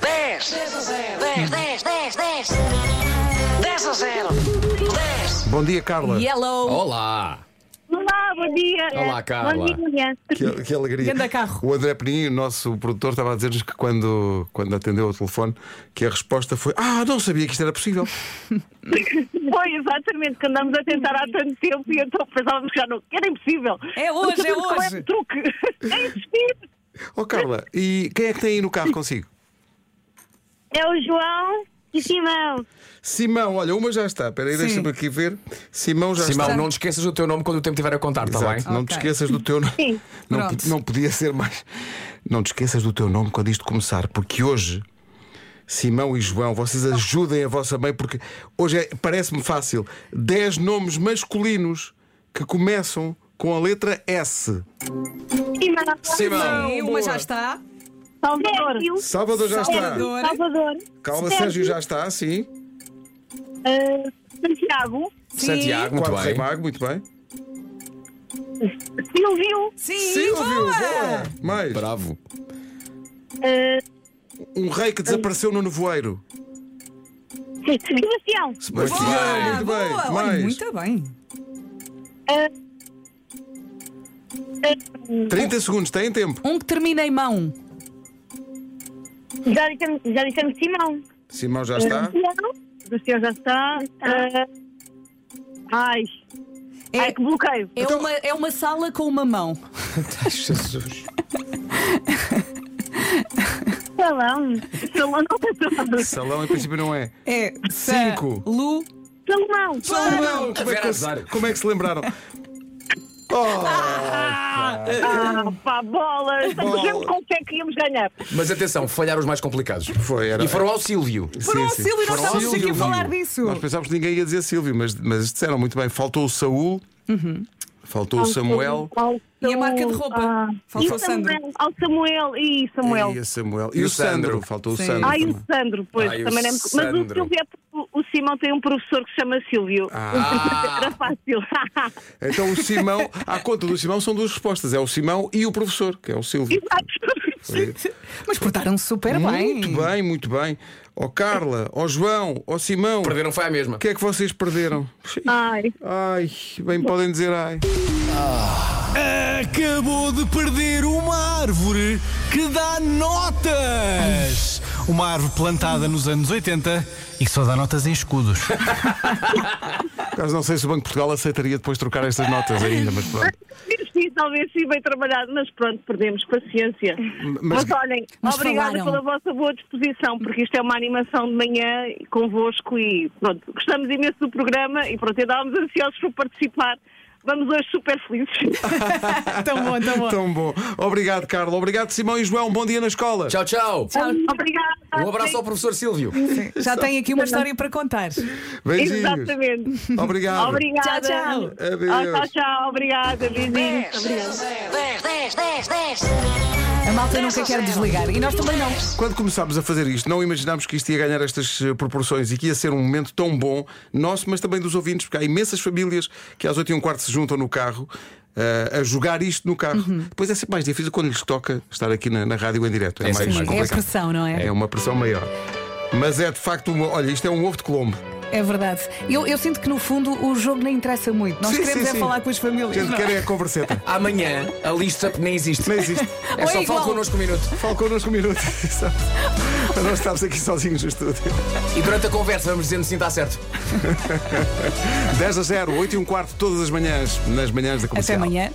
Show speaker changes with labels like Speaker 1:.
Speaker 1: 10, 10 a 0. 10, 10, 10, 10. 10 a 0. 10.
Speaker 2: Bom dia, Carla.
Speaker 3: Yellow.
Speaker 4: Olá!
Speaker 5: Olá, bom dia.
Speaker 4: Olá, Carla.
Speaker 5: Bom dia.
Speaker 2: Que, que alegria.
Speaker 3: Ganda carro.
Speaker 2: O André Peninho, nosso produtor, estava a dizer-nos que quando, quando atendeu ao telefone, que a resposta foi: Ah, não sabia que isto era possível.
Speaker 5: Foi exatamente que andamos a tentar há tanto tempo e então pensávamos que já não. Era impossível.
Speaker 3: É hoje,
Speaker 5: Não sabemos
Speaker 3: é
Speaker 5: qual
Speaker 3: hoje.
Speaker 5: o truque. É existir.
Speaker 2: Ó Oh, Carla, e quem é que tem aí no carro consigo?
Speaker 5: É o João e Simão.
Speaker 2: Simão, olha, uma já está. Espera aí, deixa-me aqui ver. Simão já
Speaker 4: Simão,
Speaker 2: está.
Speaker 4: não te esqueças do teu nome quando o tempo estiver a contar, está Tá bem?
Speaker 2: Exato, Não te
Speaker 3: Ok.
Speaker 2: esqueças do teu nome.
Speaker 5: Sim.
Speaker 2: Não,
Speaker 3: Pronto.
Speaker 2: não podia ser mais. Não te esqueças do teu nome quando isto começar, porque hoje, Simão e João, vocês ajudem a vossa mãe, porque hoje é- parece-me fácil. 10 nomes masculinos que começam com a letra S.
Speaker 5: Simão.
Speaker 4: Simão.
Speaker 3: Sim, uma já está.
Speaker 5: Salvador.
Speaker 2: Salvador já está.
Speaker 3: Salvador.
Speaker 5: Salvador.
Speaker 2: Calma, Sérgio já está, sim.
Speaker 5: Ah, Santiago.
Speaker 3: Sim.
Speaker 4: Santiago, muito
Speaker 2: Quatro
Speaker 4: bem.
Speaker 2: Rei Mago, muito bem.
Speaker 5: Silvio.
Speaker 3: Sim,
Speaker 2: Sim, ouviu,
Speaker 3: boa.
Speaker 2: boa. Mais.
Speaker 4: Bravo.
Speaker 5: Ah,
Speaker 2: Um rei que desapareceu no nevoeiro.
Speaker 5: Sebastião.
Speaker 2: Muito
Speaker 3: Boa,
Speaker 2: bem, muito
Speaker 3: boa.
Speaker 2: bem.
Speaker 3: Olha,
Speaker 2: Mais.
Speaker 3: muito bem.
Speaker 5: Ah, ah,
Speaker 2: 30 segundos, têm tempo.
Speaker 3: Um que termina em mão.
Speaker 5: já dissemos, já dissemos Simão.
Speaker 2: Simão já está.
Speaker 5: Sebastião já está. Ah, ai.
Speaker 3: É-
Speaker 5: Ai, que bloqueio.
Speaker 3: É,
Speaker 2: Então-
Speaker 3: uma, é uma sala com uma mão.
Speaker 4: Jesus.
Speaker 5: Salão. Salão não tem salão.
Speaker 2: Salão, em princípio, não é.
Speaker 3: É
Speaker 2: Cinco.
Speaker 3: Lu.
Speaker 5: Salão.
Speaker 2: Salão! Como é,
Speaker 4: Vera
Speaker 2: que, se-
Speaker 4: Azar.
Speaker 2: como é que se lembraram? Oh,
Speaker 5: Ah, pá, bolas.
Speaker 2: Bolas.
Speaker 5: Vemos como é que íamos ganhar.
Speaker 4: Mas atenção, falharam os mais complicados.
Speaker 2: foi, era.
Speaker 4: E foram ao Silvio.
Speaker 3: Foram ao Silvio, nós
Speaker 4: Foram ao
Speaker 3: estávamos aqui a
Speaker 4: Silvio.
Speaker 3: falar disso.
Speaker 2: Nós pensávamos que ninguém ia dizer Silvio, mas, mas disseram muito bem. Faltou o Saúl, Uhum. faltou o Samuel
Speaker 5: Ao
Speaker 3: E a marca de roupa?
Speaker 5: Ah,
Speaker 3: Faltou
Speaker 5: e o Samuel.
Speaker 3: Sandro.
Speaker 5: Ao Samuel. E Samuel.
Speaker 2: e a Samuel. E, o Sandro. Faltou o
Speaker 3: Sim.
Speaker 2: Sandro.
Speaker 5: Ai, o
Speaker 2: também.
Speaker 5: Sandro, pois,
Speaker 4: Ai, o
Speaker 5: também não é muito- Mas o
Speaker 4: Sandro.
Speaker 5: Silvio é porque o Simão tem um professor que se chama Silvio.
Speaker 4: Ah.
Speaker 5: Era fácil.
Speaker 2: Então o Simão, à conta do Simão, são duas respostas: é o Simão e o professor, que é o Silvio.
Speaker 5: Exato.
Speaker 3: Mas portaram-se super bem.
Speaker 2: Muito bem, muito bem. Ó Carla, ó João, ó Simão, o
Speaker 4: Perderam foi a mesma.
Speaker 2: que é que vocês perderam?
Speaker 5: Ai.
Speaker 2: Ai, bem podem dizer ai.
Speaker 6: Acabou de perder uma árvore que dá notas! Uma árvore plantada nos anos 80 e que só dá notas em escudos.
Speaker 2: Caso não sei se o Banco de Portugal aceitaria depois trocar estas notas ainda, mas pronto.
Speaker 5: Sim, talvez sim, assim bem trabalhado, mas pronto, perdemos paciência.
Speaker 2: mas-
Speaker 5: Mas, olhem,
Speaker 3: Mas
Speaker 5: obrigada
Speaker 3: falaram.
Speaker 5: pela vossa boa disposição, porque isto é uma animação de manhã convosco e pronto, gostamos imenso do programa e pronto, andávamos ansiosos por participar. Vamos hoje super felizes.
Speaker 3: Tão bom, tão bom.
Speaker 2: Tão bom. Obrigado, Carla. Obrigado, Simão e João. Bom dia na escola.
Speaker 4: Tchau, tchau.
Speaker 3: Tchau.
Speaker 5: obrigada.
Speaker 4: Um abraço ao professor Silvio.
Speaker 3: Já tem aqui uma história para contar.
Speaker 2: Beijinhos.
Speaker 5: Exatamente.
Speaker 2: Obrigado.
Speaker 3: Tchau,
Speaker 5: Obrigada.
Speaker 2: tchau. Adeus.
Speaker 5: Ah, tchau, tchau. Obrigada. Beijinhos.
Speaker 1: 10
Speaker 5: Obrigada.
Speaker 1: a 0. 10, 10, 10, 10.
Speaker 3: A malta nunca quer desligar. E nós também não.
Speaker 2: Quando começámos a fazer isto, não imaginámos que isto ia ganhar estas eh, proporções e que ia ser um momento tão bom, nosso, mas também dos ouvintes, porque há imensas famílias que às 8 e um quarto se juntam no carro eh, a jogar isto no carro.
Speaker 3: Uhum.
Speaker 2: Depois é sempre mais difícil quando lhes toca estar aqui na, na rádio em direto. É,
Speaker 4: É
Speaker 2: mais
Speaker 4: sempre mais
Speaker 3: É a
Speaker 2: complicado.
Speaker 3: pressão, não é?
Speaker 2: É uma pressão maior. Mas é de facto uma. Olha, isto é um ovo de Colombo.
Speaker 3: É verdade. Eu, eu sinto que no fundo o jogo nem interessa muito. Nós
Speaker 2: Sim,
Speaker 3: queremos
Speaker 2: sim,
Speaker 3: é
Speaker 2: sim.
Speaker 3: falar com as
Speaker 2: A
Speaker 3: famílias.
Speaker 2: gente quer é a converseta.
Speaker 4: Amanhã a lista nem existe.
Speaker 2: Não existe.
Speaker 4: É só
Speaker 3: Ou é igual.
Speaker 4: fala connosco um minuto.
Speaker 2: Fala connosco um minuto. Nós estamos aqui sozinhos no estúdio.
Speaker 4: E durante a conversa vamos dizendo sim, está certo.
Speaker 2: 10 a 0, 8 e um quarto, todas as manhãs, nas manhãs da
Speaker 3: Até é
Speaker 2: comercial.
Speaker 3: amanhã.